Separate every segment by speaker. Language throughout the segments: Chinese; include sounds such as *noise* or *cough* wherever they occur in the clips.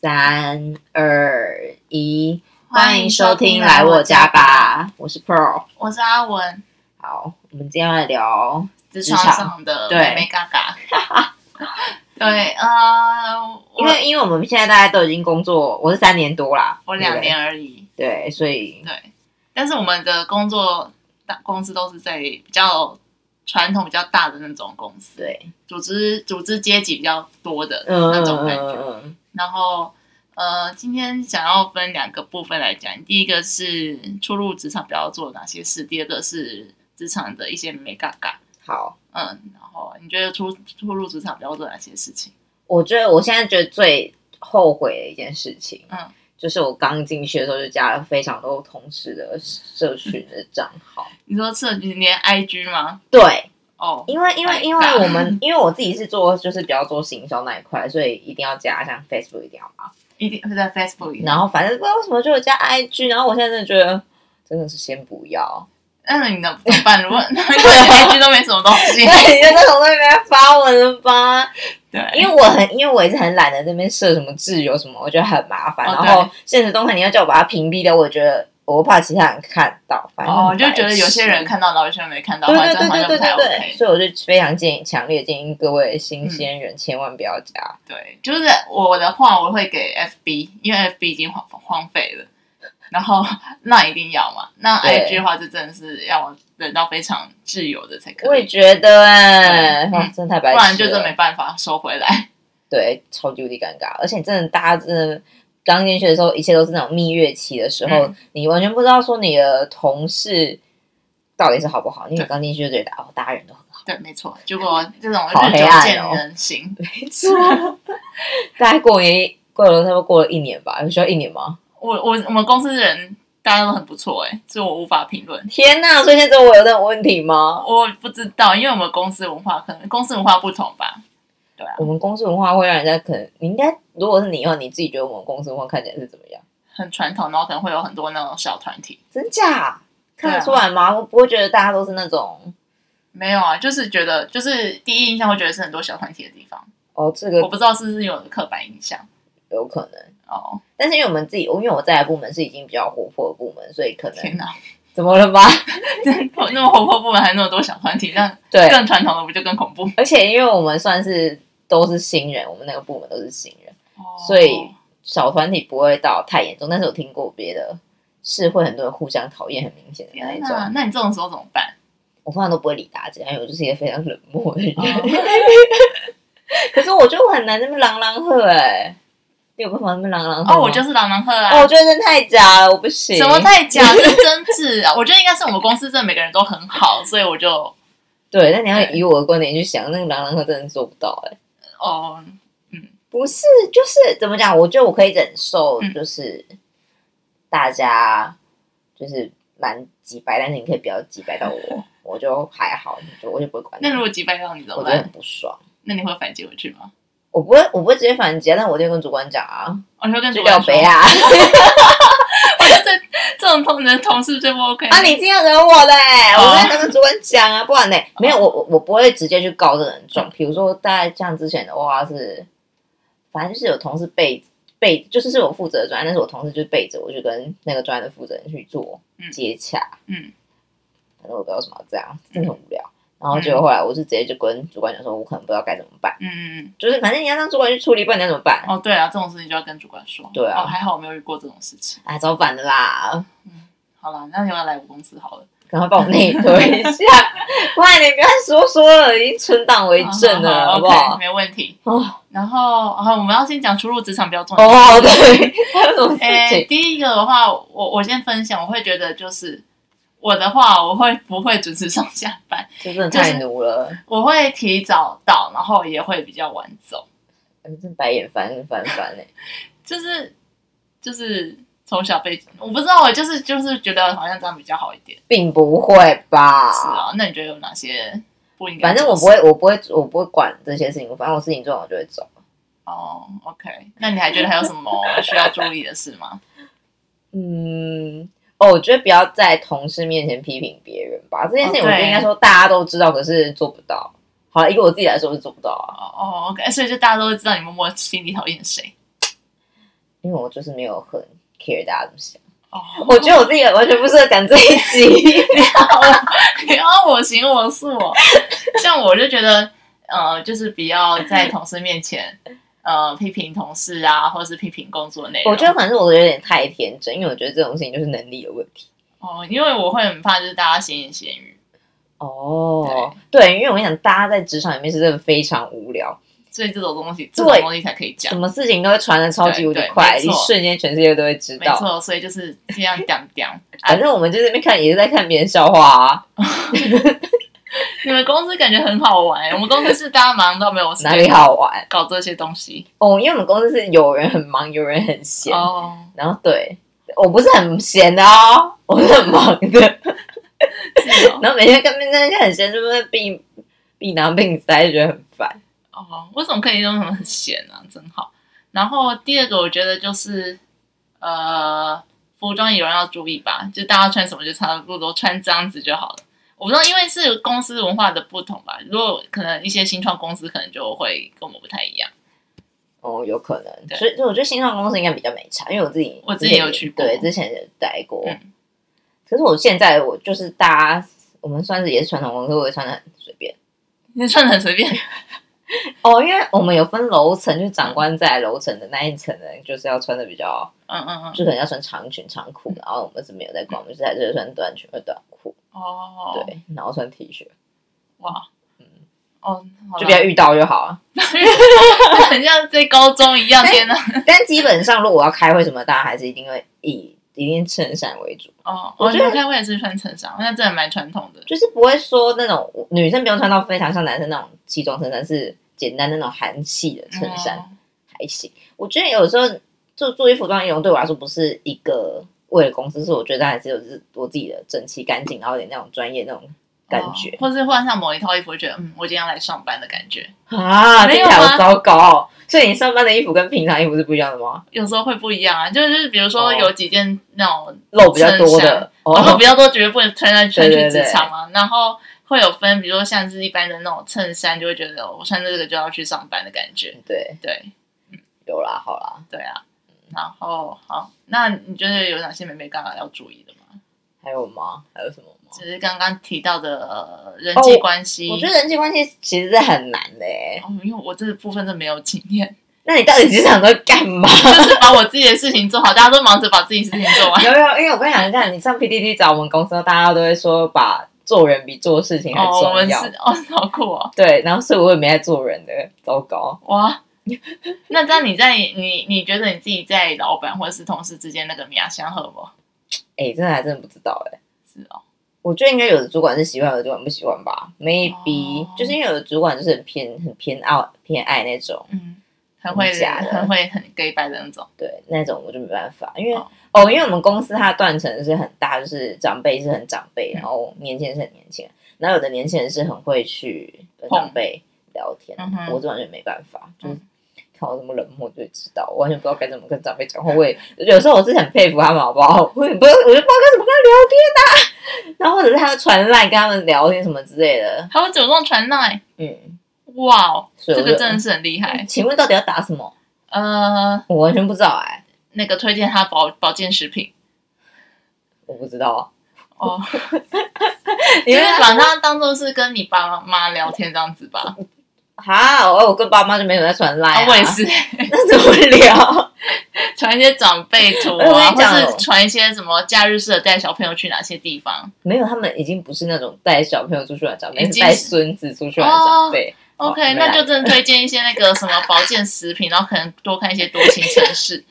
Speaker 1: 三二一，欢迎收听《来我家》吧》，我是 Pro。
Speaker 2: 我是阿文，
Speaker 1: 好，我们今天来聊，
Speaker 2: 职
Speaker 1: 场
Speaker 2: 场上的
Speaker 1: 对
Speaker 2: 妹妹嘎嘎。
Speaker 1: *laughs*
Speaker 2: 对，呃，
Speaker 1: 因
Speaker 2: 我
Speaker 1: 为因为我们现在大家都已经工作，我是三年多啦，
Speaker 2: 我
Speaker 1: 对不
Speaker 2: 两
Speaker 1: 对，
Speaker 2: 年而已，
Speaker 1: 对，所以
Speaker 2: 对。但是我们的工作大公司都是在比较传统、比较大的那种公司，
Speaker 1: 对，
Speaker 2: 组织组织阶级比较多的
Speaker 1: 嗯
Speaker 2: 那
Speaker 1: 嗯
Speaker 2: 种
Speaker 1: 嗯
Speaker 2: 感觉。
Speaker 1: 嗯嗯，
Speaker 2: 然后，呃，今天想要分两个部分来讲，第一个是初入职场不要做哪些事，第二个是职场的一些美嘎嘎。
Speaker 1: 好，
Speaker 2: 嗯，然后你觉得初初入职场不要做哪些事情？
Speaker 1: 我觉得我现在觉得最后悔的一件事情，
Speaker 2: 嗯
Speaker 1: 就是我刚进去的时候就加了非常多同事的社群的账号，
Speaker 2: 你说社群连 IG 吗？
Speaker 1: 对，
Speaker 2: 哦，
Speaker 1: 因为因为
Speaker 2: My
Speaker 1: 因为
Speaker 2: God
Speaker 1: 我们因为我自己是做就是比较做行销那一块，所以一定要加像 Facebook 一定要加，
Speaker 2: 一定会在 Facebook 里。
Speaker 1: 然后反正不知道为什么就有加 IG，然后我现在真的觉得真的是先不要，
Speaker 2: *laughs* 那你能怎么办？如果 *laughs*
Speaker 1: *laughs*
Speaker 2: 那个 IG 都没什么东西
Speaker 1: 因，为你在那从那边发文了吧？
Speaker 2: 对，
Speaker 1: 因为我很因为我也是很懒得那边设什么自由什么，我觉得很麻烦，
Speaker 2: 哦
Speaker 1: 然后现实动态你要叫我把它屏蔽掉，我觉得我怕其他人看到，反正
Speaker 2: 哦，
Speaker 1: 很
Speaker 2: 就
Speaker 1: 白
Speaker 2: 觉得有些
Speaker 1: 痴
Speaker 2: 人。看到了，有些人没看到，
Speaker 1: 对
Speaker 2: 好像
Speaker 1: 对
Speaker 2: 这样
Speaker 1: 对
Speaker 2: 好像
Speaker 1: 对
Speaker 2: 不
Speaker 1: 对
Speaker 2: 太
Speaker 1: 对对，
Speaker 2: OK。嗯
Speaker 1: 所以我就非常建议、强烈建议各位新鲜人千万不要加。
Speaker 2: 对，就是我的话，我会给 FB，因为 FB 已经荒荒废了。然后那一定要嘛，那
Speaker 1: 对
Speaker 2: IG 的话，就真的是要等到非常自由的才
Speaker 1: 我
Speaker 2: 可
Speaker 1: 也
Speaker 2: 以，
Speaker 1: 觉得哎、
Speaker 2: 对
Speaker 1: 哇
Speaker 2: 嗯
Speaker 1: 真的太
Speaker 2: 不
Speaker 1: 白
Speaker 2: 然
Speaker 1: 痴
Speaker 2: 就
Speaker 1: 了。
Speaker 2: 真没办法收回来。
Speaker 1: 对，超级无敌尴尬。而且真的，大家真的刚进去的时候，一切都是那种蜜月期的时候，
Speaker 2: 嗯
Speaker 1: 你完全不知道说你的同事到底是好不好。因为
Speaker 2: 对
Speaker 1: 刚进去就觉得哦，大家人都很好，
Speaker 2: 对，没错，结果这种
Speaker 1: 好
Speaker 2: 日
Speaker 1: 黑
Speaker 2: 久
Speaker 1: 暗
Speaker 2: 见
Speaker 1: 哦
Speaker 2: 人心，
Speaker 1: 没错。 *laughs* 大概过年过了差不多过了一年吧，有需要一年吗？
Speaker 2: 我我我们公司人大家都很不错哎、所以我无法评论。
Speaker 1: 天哪！所以现在只有我有这种问题吗？
Speaker 2: 我不知道，因为我们公司文化可能公司文化不同吧。对啊，
Speaker 1: 我们公司文化会让人家可能，你应该如果是你的话，你自己觉得我们公司文化看起来是怎么样？
Speaker 2: 很传统，然后可能会有很多那种小团体。
Speaker 1: 真假？看
Speaker 2: 对
Speaker 1: 得
Speaker 2: 啊
Speaker 1: 出来吗？我不会觉得大家都是那种
Speaker 2: 没有啊，就是觉得就是第一印象会觉得是很多小团体的地方，
Speaker 1: 哦，这
Speaker 2: 我
Speaker 1: 个
Speaker 2: 不知道是不是有刻板印象
Speaker 1: 有可能。
Speaker 2: 哦。
Speaker 1: 但是因为我们自己，因为我在的部门是已经比较活泼的部门，所以可
Speaker 2: 天
Speaker 1: 能
Speaker 2: 哪，
Speaker 1: 怎么了吧？ *laughs*
Speaker 2: 那么活泼部门还那么多小团体，那
Speaker 1: 对，
Speaker 2: 更传统的不就更恐怖？
Speaker 1: 而且因为我们算是都是新人，我们那个部门都是新人，
Speaker 2: 哦
Speaker 1: 所以小团体不会到太严重。但是我听过别的是会很多人互相讨厌，很明显的那
Speaker 2: 天
Speaker 1: 一
Speaker 2: 哪
Speaker 1: 种。，
Speaker 2: 那你这种时候怎么
Speaker 1: *laughs*
Speaker 2: 办？
Speaker 1: 我通常都不会理大家，因为我就是一个非常冷漠的人。
Speaker 2: 哦
Speaker 1: *laughs* 可是我就很难那么朗朗喝哎、你有办法那么朗朗喝
Speaker 2: 哦，
Speaker 1: 吗？
Speaker 2: 我就是朗朗赫啊。
Speaker 1: 哦，我觉得真的太假了，我不行。
Speaker 2: 什么太假？这是真挚啊！我觉得应该是我们公司真的每个人都很好，所以我就
Speaker 1: 对，但你要
Speaker 2: 对
Speaker 1: 以我的观点去想，那个朗朗喝真的做不到哎、
Speaker 2: 哦，
Speaker 1: 不是，就是怎么讲？我觉得我可以忍受，
Speaker 2: 嗯
Speaker 1: 就是、大家就是蛮几白，但是你可以不要几白到
Speaker 2: *laughs*
Speaker 1: 我，我就还好，你就我就不会管你
Speaker 2: 那。如果击败到你怎么
Speaker 1: 我觉得
Speaker 2: 办
Speaker 1: 很？不爽，
Speaker 2: 那你会反击回去吗？
Speaker 1: 我不会，我不会直接反击啊，但我就跟主管讲啊，
Speaker 2: 我就哦跟主
Speaker 1: 就
Speaker 2: 管
Speaker 1: 叫
Speaker 2: 说
Speaker 1: 北，啊，
Speaker 2: *laughs* 这这种同你的同事最不 OK
Speaker 1: *laughs* 啊，你这样惹我的、欸，
Speaker 2: 哦
Speaker 1: 我在跟主管讲啊，不然呢、没有，我我我不会直接去告这个人状。比如说，大概像之前的话是，反正就是有同事背背，就是是我负责的专案，但是我同事就背着我就跟那个专案的负责人去做
Speaker 2: 嗯
Speaker 1: 接洽，
Speaker 2: 嗯，
Speaker 1: 反正我不知道为什么要这样，真的很无聊。然后结果后来我是直接就跟主管讲说，我可能不知道该怎么办，
Speaker 2: 嗯嗯
Speaker 1: 就是反正你要让主管去处理，不然你要怎么办？
Speaker 2: 哦对啊，这种事情就要跟主管说。
Speaker 1: 对啊
Speaker 2: 哦还好我没有遇过这种事情。
Speaker 1: 哎，早晚的啦，
Speaker 2: 好了，那你要来我公司好了。
Speaker 1: 赶快帮我内推一
Speaker 2: *laughs*
Speaker 1: 下，快点，不要说说了，已经存档为证了，啊好不
Speaker 2: o k
Speaker 1: 好？
Speaker 2: 没问题。
Speaker 1: 哦
Speaker 2: 然后啊，我们要先讲初入职场比较重要。
Speaker 1: 哦，对， *laughs* 还有什么事
Speaker 2: 哎、
Speaker 1: 情？
Speaker 2: 第一个的话，我我先分享，我会觉得就是我的话，我会不会准时上下班？
Speaker 1: 这真的太奴了，
Speaker 2: 我会提早到，然后也会比较晚走，
Speaker 1: 哎真的白眼翻翻翻哎！
Speaker 2: 就是就是从小被我不知道，我就是就是觉得好像这样比较好一点。
Speaker 1: 并不会吧？
Speaker 2: 是啊，那你觉得有哪些不应该？
Speaker 1: 反正我不。会，我不会，我不会管这些事情。反正我事情做完我就会走。
Speaker 2: 哦，OK，那你还觉得还有什么需要注意的事吗？ *laughs*
Speaker 1: 嗯，哦，我觉得不要在同事面前批评别人吧。这件事情
Speaker 2: 哦
Speaker 1: 我
Speaker 2: 对
Speaker 1: 觉得应该说大家都知道，可是做不到。好了，以我自己来说是做不到啊。
Speaker 2: 哦哦哦，OK，所以就大家都会知道你默默心里讨厌谁。
Speaker 1: 因为我就是没有很 care 大家啊怎么想。
Speaker 2: 哦，
Speaker 1: *laughs* 我觉得我自己完全不适合讲这一集。
Speaker 2: 然后我行我素哦。 *laughs* 像我就觉得，呃，就是不要在同事面前，呃，批评同事啊，或是批评工作内
Speaker 1: *laughs*
Speaker 2: 容。
Speaker 1: 我觉得可能是我有点太天真，因为我觉得这种事情就是能力有问题。
Speaker 2: 哦，因为我会很怕，就是大家闲言闲语，
Speaker 1: 哦，对，因为我跟你讲，大家在职场里面是真的非常无聊，
Speaker 2: 所以这种东西，这种东西才可以讲
Speaker 1: 什。么事情都会传的超级无敌
Speaker 2: 对对
Speaker 1: 快，
Speaker 2: 没
Speaker 1: 一
Speaker 2: 错
Speaker 1: 瞬间全世界都会知
Speaker 2: 没
Speaker 1: 道。
Speaker 2: 错，所以就是这样讲讲。
Speaker 1: 反正我们就在那边看，也是在看别人笑话啊，
Speaker 2: 你们公司感觉很好玩、欸我们公司是大家忙到没有时间
Speaker 1: 哪里好玩
Speaker 2: 搞这些东西
Speaker 1: 哦？因为我们公司是有人很忙，有人很闲，
Speaker 2: 哦，
Speaker 1: 然后对我不是很闲的哦， *laughs* 我是很忙的，
Speaker 2: 是哦
Speaker 1: 然后每天跟 *laughs* 那些很闲，是不是避避囊并塞，觉得很烦。
Speaker 2: 哦，为什么可以用很闲啊？真好。然后第二个我觉得就是呃，服装也有人要注意吧，就大家穿什么就差不多穿这样子就好了。我不知道，因为是公司文化的不同吧。如果可能一些新创公司可能就会跟我们不太一样。
Speaker 1: 哦，有可能，
Speaker 2: 对
Speaker 1: 所以所以我觉得新创公司应该比较没差，因为我自己
Speaker 2: 我
Speaker 1: 之
Speaker 2: 自
Speaker 1: 前
Speaker 2: 己有去过
Speaker 1: 对，之前也待过。
Speaker 2: 嗯
Speaker 1: 可是我现在我就是大家，我们算是也是传统公司，我也穿的很随便。
Speaker 2: 你穿的很
Speaker 1: *laughs*
Speaker 2: 随便，
Speaker 1: 哦，因为我们有分楼层，就是长官在楼层的那一层的人，就是要穿的比较，
Speaker 2: 嗯嗯嗯，
Speaker 1: 就可能要穿长裙长裤，然后我们是没有在管，我们就是还是穿短裙和短裤，
Speaker 2: 哦，，
Speaker 1: 对，然后穿 T 恤，
Speaker 2: 哇，哦，好
Speaker 1: 就
Speaker 2: 啦
Speaker 1: 不要遇到就好了。 *laughs*
Speaker 2: *laughs* 很像在高中一样，
Speaker 1: 哎
Speaker 2: 天哪！
Speaker 1: 但基本上，如果我要开会什么，大家还是一定会以一定衬衫为主，
Speaker 2: 哦，
Speaker 1: 我
Speaker 2: 我
Speaker 1: 觉
Speaker 2: 觉
Speaker 1: 得
Speaker 2: 得开会也是穿衬衫，那真的蛮传统的。
Speaker 1: 就是不会说那种女生不用穿到非常像男生那种西装衬衫，是简单那种韩系的衬衫。
Speaker 2: 哦，
Speaker 1: 还行。我觉得有时候做做衣服装容对我来说不是一个为了公司，是我觉得还是有自我自己的整齐干净，然后有点那种专业那种感觉、
Speaker 2: 哦或是换上某一套衣服，觉得嗯，我今天要来上班的感觉，
Speaker 1: 啊，
Speaker 2: 没
Speaker 1: 听起来
Speaker 2: 有吗
Speaker 1: 好糟糕哦。所以你上班的衣服跟平常衣服是不一样的吗？
Speaker 2: 有时候会不一样啊。就是比如说
Speaker 1: 哦
Speaker 2: 有几件那种，
Speaker 1: 肉比较多
Speaker 2: 衬衫
Speaker 1: 的
Speaker 2: 然后
Speaker 1: 哦
Speaker 2: 比较多绝对不能穿在穿
Speaker 1: 对
Speaker 2: 去
Speaker 1: 对对
Speaker 2: 职场啊。然后会有分，比如说像是一般的那种衬衫，就会觉得哦我穿着这个就要去上班的感觉。
Speaker 1: *laughs* 对，
Speaker 2: 对
Speaker 1: 有啦，好啦，
Speaker 2: 对啊。然后好，那你觉得有哪些美美嘎嘎要注意的吗？
Speaker 1: 还有吗？还有什
Speaker 2: 嗯
Speaker 1: 么吗？
Speaker 2: 只是刚刚提到的、呃人
Speaker 1: 哦
Speaker 2: 际
Speaker 1: 我
Speaker 2: 关系、
Speaker 1: 我觉得人际关系其实是很难的欸
Speaker 2: 哦，因为我这部分真的没有经验， *laughs*
Speaker 1: 那你到底职场都干嘛？
Speaker 2: 就是把我自己的事情做好，大家都忙着把自己事情
Speaker 1: *laughs*
Speaker 2: 做完。
Speaker 1: 有有，因为我跟你讲，看你上 PDD 找我们公司，大家都会说把做人比做事情还重
Speaker 2: 哦，
Speaker 1: 要。
Speaker 2: 我们是哦，好酷哦，
Speaker 1: 对，然后所以我也没在做人的，糟糕。
Speaker 2: 哇！那这样你在你你觉得你自己在老板或者是同事之间那个秒相合不？
Speaker 1: 哎、真的还真的不知道哎、
Speaker 2: 是哦，
Speaker 1: 我觉得应该有的主管是喜欢，有的主管不喜欢吧？Maybe、
Speaker 2: 哦
Speaker 1: 就是因为有的主管就是很偏、很偏爱、偏爱那种，
Speaker 2: 嗯，很会
Speaker 1: 真假的
Speaker 2: 很会很 gay 白的那种，
Speaker 1: 对那种我就没办法，因为哦
Speaker 2: 哦
Speaker 1: 因为我们公司它的断层是很大，就是长辈是很长辈，
Speaker 2: 嗯
Speaker 1: 然后年轻人是很年轻人，然后有的年轻人是很会去跟
Speaker 2: 碰
Speaker 1: 长辈聊天，
Speaker 2: 嗯哼
Speaker 1: 我是完全没办法，就是
Speaker 2: 嗯
Speaker 1: 看我这么冷漠就知道，我完全不知道该怎么跟长辈讲话。我也有时候我是很佩服他们，好不好？我也不，我就不知道该怎么跟他聊天呐、 *laughs* 然后或者是他们传烂跟他们聊天什么之类的，
Speaker 2: 还会主动传赖，
Speaker 1: 嗯，
Speaker 2: 哇哦，
Speaker 1: 所以
Speaker 2: 这
Speaker 1: 我
Speaker 2: 个
Speaker 1: 就嗯
Speaker 2: 真的是很厉害。
Speaker 1: 请问到底要打什么？
Speaker 2: 呃，
Speaker 1: 我完全不知道哎、
Speaker 2: 那个推荐他保保健食品
Speaker 1: 我不知道。啊 *laughs*
Speaker 2: 哦，
Speaker 1: 你
Speaker 2: 因为
Speaker 1: 们
Speaker 2: 把 *laughs* 它当做是跟你爸妈聊天这样子吧。
Speaker 1: 哈，我我跟爸妈就没有在传赖、
Speaker 2: 啊啊，我也，是。
Speaker 1: 那怎么聊？
Speaker 2: *laughs*
Speaker 1: *laughs*
Speaker 2: 传一些长辈图
Speaker 1: 哎我跟
Speaker 2: 啊，
Speaker 1: 你
Speaker 2: 或
Speaker 1: 讲
Speaker 2: 是传一些什么假日适合带小朋友去哪些地方。
Speaker 1: 没有，他们已经不是那种带小朋友出去玩的长辈，
Speaker 2: 已
Speaker 1: 是
Speaker 2: 经
Speaker 1: 带孙子出去玩的长辈。哦
Speaker 2: OK，
Speaker 1: 没来
Speaker 2: 那就真的推荐一些那个什么保健食品，然后可能多看一些多情城 *laughs* 市。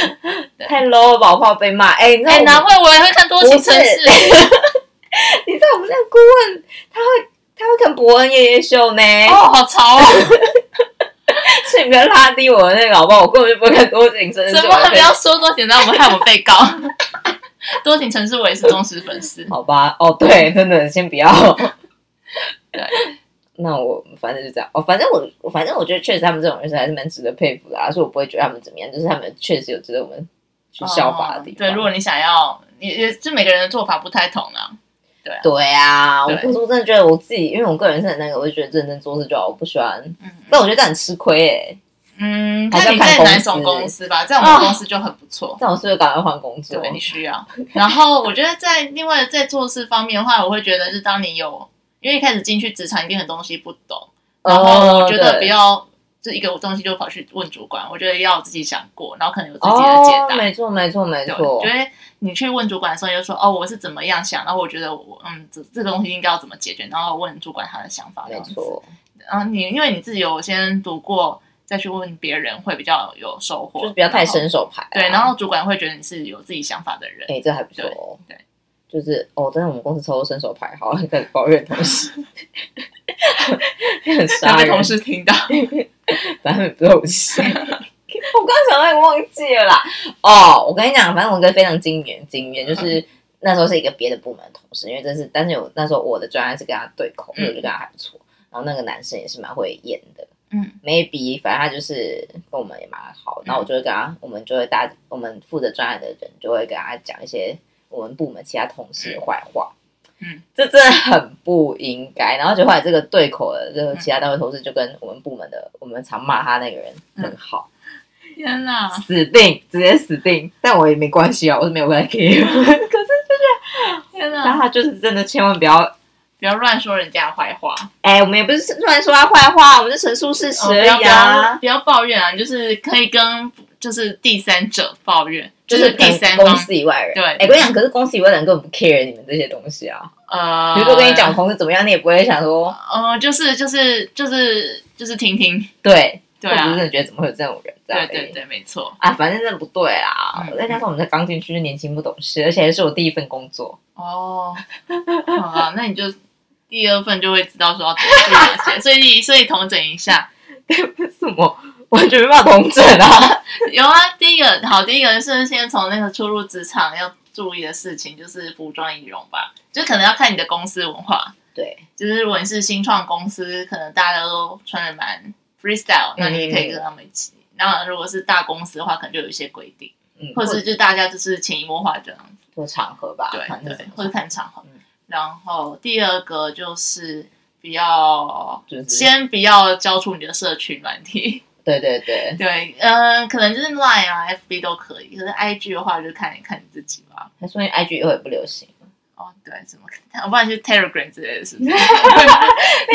Speaker 1: *laughs* 太 low 了吧，我怕我被骂。哎、你知道
Speaker 2: 哎、
Speaker 1: 我们、
Speaker 2: 难怪我也会看多情城市，
Speaker 1: 你知道我们那个顾问，他会他会看伯恩夜夜秀呢，
Speaker 2: 哦，好潮 *laughs* 哦！
Speaker 1: 所以你不要拉低我的那个好不好？我根本就不会看多情生，
Speaker 2: 怎么不要说多情，让我们害我被告。 *laughs* 多情城市我也是忠实粉 *laughs* 丝。
Speaker 1: 好吧？哦，对，真的，先不要。
Speaker 2: *laughs* 对，
Speaker 1: *laughs* 那我反正就这样。哦，反正我我反正我觉得确实他们这种人是还是蛮值得佩服的、啊，所以我不会觉得他们怎么样，就是他们确实有值得我们去效法的地
Speaker 2: 哦
Speaker 1: 方。
Speaker 2: 对，如果你想要，也也就每个人的做法不太同啦、
Speaker 1: 对啊，我
Speaker 2: 对
Speaker 1: 可是我真的觉得我自己，因为我个人是很那个，我就觉得认真做事就好，我不喜欢。
Speaker 2: 嗯
Speaker 1: 但我觉得这样很吃亏哎、
Speaker 2: 嗯，
Speaker 1: 还是
Speaker 2: 看你
Speaker 1: 要看
Speaker 2: 在哪一
Speaker 1: 公司
Speaker 2: 种
Speaker 1: 哦
Speaker 2: 公司吧，在我们公司就很不错。
Speaker 1: 这种是不是赶快换工作？
Speaker 2: 对，你需要。然后我觉得在另外在做事方面的话，我会觉得是当你有，因为一开始进去职场一定很多东西不懂，然后我觉得不
Speaker 1: 哦对
Speaker 2: 要就一个东西就跑去问主管，我觉得要自己想过，然后可能有自己的解
Speaker 1: 哦，
Speaker 2: 答。
Speaker 1: 没错，没错，没
Speaker 2: 对，
Speaker 1: 错
Speaker 2: 觉，得你去问主管的时候，你就说哦，我是怎么样想，然后我觉得我嗯，这这个东西应该要怎么解决，然后问主管他的想法这
Speaker 1: 没
Speaker 2: 样子。
Speaker 1: 错，
Speaker 2: 然后嗯你因为你自己有先读过，再去问别人会比较有收获，
Speaker 1: 就是不要太
Speaker 2: 然后。
Speaker 1: 伸手牌啊。
Speaker 2: 对，然后主管会觉得你是有自己想法的人。
Speaker 1: 哎、这还不错哦。
Speaker 2: 对对
Speaker 1: 就是哦，真的，我们公司超多伸手牌，好， *laughs* 开始抱怨同 *laughs* 事，很
Speaker 2: 他
Speaker 1: 傻
Speaker 2: 被
Speaker 1: 人。
Speaker 2: 同事听到， *laughs*
Speaker 1: 反正不露馅。 *laughs* 我刚想到，我忘记了啦。哦，我跟你讲，反正我有一个非常经典的经验，就是那时候是一个别的部门的同事，因为这是，但是有那时候我的专案是跟他对口，所以我就跟他还不错。然后那个男生也是蛮会演的，
Speaker 2: 嗯
Speaker 1: ，maybe 反正他就是跟我们也蛮好，然后我就会跟他，我们就会大我们负责专案的人就会跟他讲一些我们部门其他同事的坏话，
Speaker 2: 嗯，
Speaker 1: 这真的很不应该。然后就后来这个对口的
Speaker 2: 嗯
Speaker 1: 这个其他单位同事就跟我们部门的我们常骂他那个人
Speaker 2: 嗯
Speaker 1: 很好，
Speaker 2: 天哪！
Speaker 1: 死定直接死定，但我也没关系啊，我是没有在 care。可
Speaker 2: *laughs*
Speaker 1: 是，
Speaker 2: 天
Speaker 1: 但
Speaker 2: 哪！
Speaker 1: 他就是真的千万不要。
Speaker 2: 不要乱说人家坏话，
Speaker 1: 哎、我们也不是乱说他坏话，我们是陈述事实
Speaker 2: 哦
Speaker 1: 而
Speaker 2: 不要
Speaker 1: 已
Speaker 2: 不要
Speaker 1: 啊。
Speaker 2: 不要抱怨啊，你就是可以跟就是第三者抱怨，就
Speaker 1: 就是可
Speaker 2: 第
Speaker 1: 能
Speaker 2: 三
Speaker 1: 公
Speaker 2: 方
Speaker 1: 司以外的人，
Speaker 2: 对
Speaker 1: 哎、跟你讲，可是公司以外的人根本不 care 你们这些东西啊。
Speaker 2: 呃，
Speaker 1: 比如说跟你讲，公司怎么样，你也不会想说，
Speaker 2: 呃，就是就是就是就是听听，
Speaker 1: 对，
Speaker 2: 对
Speaker 1: 我
Speaker 2: 啊
Speaker 1: 不是，真的觉得怎么会有这种人在
Speaker 2: 对对对，没错。
Speaker 1: 啊，反正真的不对啦！
Speaker 2: 嗯
Speaker 1: 再加上我们才刚进去，就年轻不懂事，而且还是我第一份工作。 *laughs*
Speaker 2: 哦，好了，那你就第二份就会知道说要注意哪 *laughs* 些，所以所以统整一下，
Speaker 1: 为什么完全没办法同整啊？
Speaker 2: 有啊，第一个好，第一个是先从那个初入职场要注意的事情，就是服装仪容吧，就可能要看你的公司文化，
Speaker 1: 对，
Speaker 2: 就是如果你是新创公司，可能大家都穿的蛮 freestyle，那你也可以跟他们一起。那如果是大公司的话，可能就有一些规定，
Speaker 1: 嗯，
Speaker 2: 或者是就大家就是潜移默化这样子。
Speaker 1: 或场合吧，反
Speaker 2: 对
Speaker 1: 正
Speaker 2: 对，或者看场合。
Speaker 1: 嗯
Speaker 2: 然后第二个就是不要，
Speaker 1: 就是
Speaker 2: 先不要交出你的社群软体。 *laughs*
Speaker 1: 对对对，
Speaker 2: 对，嗯、可能就是 Line 啊、FB 都可以，可是 IG 的话就看你看你自己吧。
Speaker 1: 他说你 IG 以后也不流行，
Speaker 2: 哦，对，什么？不然就 Telegram 之类的，是
Speaker 1: *laughs*
Speaker 2: 不是？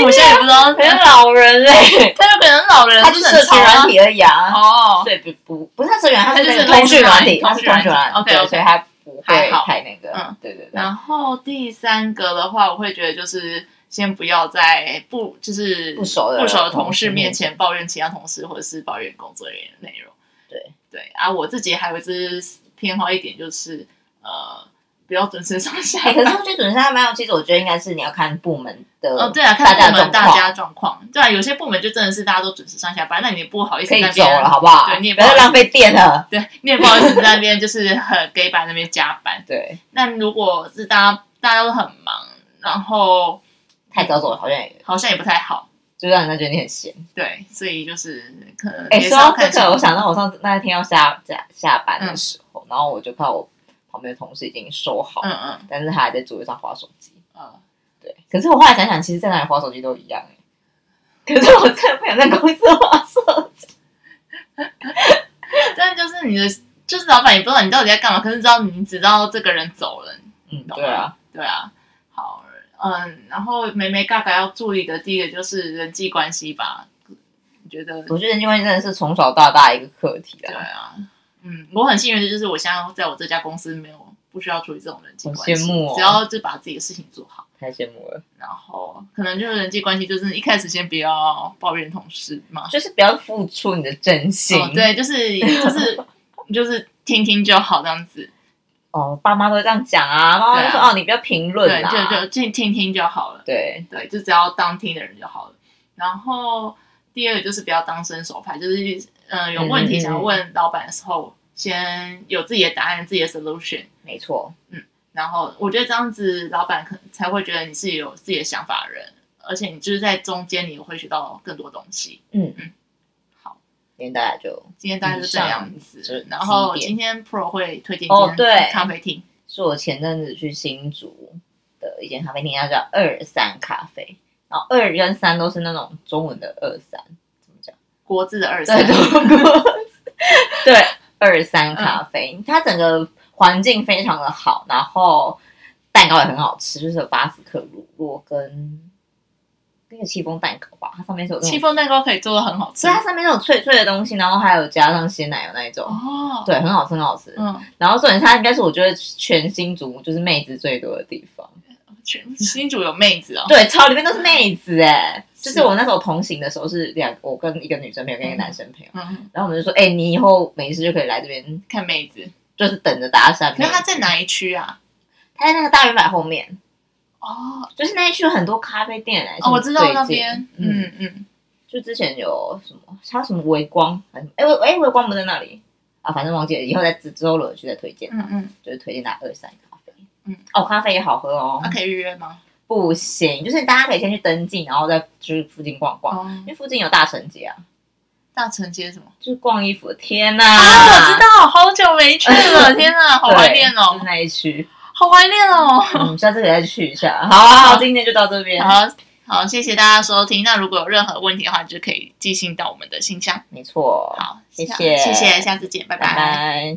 Speaker 2: 我现在也不知道
Speaker 1: 很老人嘞，
Speaker 2: Telegram 很老
Speaker 1: *laughs*
Speaker 2: 人，
Speaker 1: 他就是
Speaker 2: 很
Speaker 1: 社群
Speaker 2: 潮啊
Speaker 1: 软体而已啊。
Speaker 2: 哦，
Speaker 1: 所以不不不是他社群软体，
Speaker 2: 它就
Speaker 1: 那
Speaker 2: 是
Speaker 1: 个通讯软体，
Speaker 2: 通
Speaker 1: 他
Speaker 2: 讯
Speaker 1: 是
Speaker 2: 软
Speaker 1: 通
Speaker 2: 体
Speaker 1: 讯软体
Speaker 2: OK，OK
Speaker 1: 对所以他不
Speaker 2: 还
Speaker 1: 会
Speaker 2: 好
Speaker 1: 太那个。
Speaker 2: 嗯，
Speaker 1: 对对对，
Speaker 2: 然后第三个的话，我会觉得就是先不要在不就是
Speaker 1: 不熟的
Speaker 2: 不熟的同
Speaker 1: 同
Speaker 2: 事
Speaker 1: 事
Speaker 2: 面
Speaker 1: 面
Speaker 2: 前抱怨其他同事，或者是抱怨工作人员的内容。
Speaker 1: 对
Speaker 2: 对啊，我自己还有一支偏好一点就是呃，不要准时上下
Speaker 1: 哎，可
Speaker 2: 班。
Speaker 1: 是我觉得准时还蛮有，其实我觉得应该是你要看部门
Speaker 2: 哦，
Speaker 1: 的，
Speaker 2: 对啊，
Speaker 1: 大
Speaker 2: 看
Speaker 1: 家
Speaker 2: 部
Speaker 1: 的状
Speaker 2: 门大
Speaker 1: 况
Speaker 2: 家状况，对啊，有些部门就真的是大家都准时上下班，那你也不好意思
Speaker 1: 可以
Speaker 2: 那
Speaker 1: 走
Speaker 2: 边
Speaker 1: 了，好不好？
Speaker 2: 对你也
Speaker 1: 不要
Speaker 2: 不好意思
Speaker 1: 浪费电了。
Speaker 2: 对，你也不好意思在那边就是很 gay 版那边加班。
Speaker 1: 对。
Speaker 2: 那如果是大家大家都很忙，然后
Speaker 1: 太早走了，好像也
Speaker 2: 好像也不太好。
Speaker 1: 就让人家觉得你很闲。
Speaker 2: 对，所以就是可能
Speaker 1: 哎、
Speaker 2: 也是
Speaker 1: 说
Speaker 2: 要
Speaker 1: 到
Speaker 2: 看
Speaker 1: 这
Speaker 2: 情
Speaker 1: 个，我
Speaker 2: 况。
Speaker 1: 想到我上次那一天要下下下班
Speaker 2: 嗯
Speaker 1: 的时候，然后我就看我旁边的同事已经收好，
Speaker 2: 嗯嗯
Speaker 1: 但是他还在座位上划手机。
Speaker 2: 嗯，
Speaker 1: 对，可是我后来想想，其实在哪里划手机都一样、欸。可是我真的不想在公司划手机。
Speaker 2: 但就是你的，就是老板也不知道你到底在干嘛，可是知道你只知道这个人走了，
Speaker 1: 嗯，
Speaker 2: 你懂
Speaker 1: 对
Speaker 2: 吗？
Speaker 1: 啊，，
Speaker 2: 对啊。好，嗯，然后梅梅嘎嘎要注意的第一个就是人际关系吧，你觉得？
Speaker 1: 我觉得人际关系真的是从小到大一个课题
Speaker 2: 对
Speaker 1: 啊，
Speaker 2: 啊，嗯，我很幸运的就是我现在在我这家公司没有不需要处理这种人际
Speaker 1: 好
Speaker 2: 关系，
Speaker 1: 羡慕哦
Speaker 2: 只要就把自己的事情做好。
Speaker 1: 太羡慕了。
Speaker 2: 然后可能就是人际关系，就是一开始先不要抱怨同事嘛，
Speaker 1: 就是不要付出你的真心。
Speaker 2: 哦，对，就是就是 *laughs* 就是听听就好这
Speaker 1: *laughs*
Speaker 2: 样子，
Speaker 1: 哦爸妈都会这样讲啊，妈妈就说、
Speaker 2: 对啊
Speaker 1: 哦，你不要评论
Speaker 2: 对，
Speaker 1: 啊。
Speaker 2: 就就听听听就好了，
Speaker 1: 对
Speaker 2: 对，就只要当听的人就好了。然后第二个就是不要当伸手牌，就是嗯、呃有问
Speaker 1: 嗯
Speaker 2: 题
Speaker 1: 嗯嗯
Speaker 2: 想要问老板的时候，先有自己的答案，自己的 solution。
Speaker 1: 没错。
Speaker 2: 然后我觉得这样子，老板可才会觉得你是有自己的想法的人，而且你就是在中间你会学到更多东西。
Speaker 1: 嗯
Speaker 2: 嗯，好，
Speaker 1: 今天大家就
Speaker 2: 今天大概就这样
Speaker 1: 以上
Speaker 2: 子
Speaker 1: 嗯是。
Speaker 2: 然后
Speaker 1: 几点
Speaker 2: 今天 Pro 会推荐
Speaker 1: 哦
Speaker 2: 今天
Speaker 1: 对
Speaker 2: 咖啡厅。
Speaker 1: 是我前阵子去新竹的一间咖啡厅，它叫二三咖啡。然后二跟三都是那种中文的二三，怎么讲？
Speaker 2: 国字的二三
Speaker 1: 对，，德
Speaker 2: *laughs*
Speaker 1: 国，对，二三咖
Speaker 2: 嗯
Speaker 1: 啡，它整个环境非常的好，然后蛋糕也很好吃，就是有巴斯克乳酪跟那个戚风蛋糕吧，它上面是有那
Speaker 2: 戚
Speaker 1: 种，
Speaker 2: 风蛋糕可以做的很好吃
Speaker 1: 所以它上面那种脆脆的东西，然后还有加上鲜奶油那一种，
Speaker 2: 哦，，
Speaker 1: 对，很好吃，很好吃。
Speaker 2: 嗯，
Speaker 1: 然后重点是它应该是我觉得全新竹就是妹子最多的地方，
Speaker 2: 全新竹有妹子哦，
Speaker 1: 对，超里面都是妹子哎，就是
Speaker 2: 是
Speaker 1: 我那时候同行的时候是两，我跟一个女生朋友跟一个男生朋友，
Speaker 2: 嗯，
Speaker 1: 然后我们就说，哎、你以后没事就可以来这边，
Speaker 2: 看妹子，
Speaker 1: 就是等着搭讪妹子。
Speaker 2: 可是它在哪一区啊？
Speaker 1: 他在那个大圆柏后面，
Speaker 2: 哦，
Speaker 1: 就是那一区有很多咖啡店哎、
Speaker 2: 哦我知道
Speaker 1: 像
Speaker 2: 那
Speaker 1: 最近
Speaker 2: 边，
Speaker 1: 嗯，
Speaker 2: 嗯嗯，
Speaker 1: 就之前有什么，还有什么微光，还是哎哎微光不在那里啊，反正忘记了，以后在之之后有去再推荐，
Speaker 2: 嗯嗯，
Speaker 1: 就是推荐他二三咖啡，
Speaker 2: 嗯，
Speaker 1: 哦，咖啡也好喝哦，
Speaker 2: 那可以预约吗？
Speaker 1: 不行，就是大家可以先去登记，然后再去附近逛逛，
Speaker 2: 哦
Speaker 1: 因，为附近有大成街啊，
Speaker 2: 大城街什么？
Speaker 1: 就是逛衣服，天
Speaker 2: 啊，
Speaker 1: 哪，
Speaker 2: 我知道，好久没去
Speaker 1: *laughs*
Speaker 2: 了，天哪，好
Speaker 1: 对嗯
Speaker 2: 怀念
Speaker 1: 就
Speaker 2: 哦
Speaker 1: 是，那一
Speaker 2: *laughs*
Speaker 1: 区，
Speaker 2: 好怀念哦。
Speaker 1: 嗯，下次可以再去一下，好啊，好，今天就到这边，
Speaker 2: 好好，谢谢大家收听。那如果有任何问题的话，就可以寄信到我们的信箱。
Speaker 1: 没错，
Speaker 2: 好，啊
Speaker 1: 谢
Speaker 2: 下
Speaker 1: 谢
Speaker 2: 谢谢，下次见，
Speaker 1: 拜拜。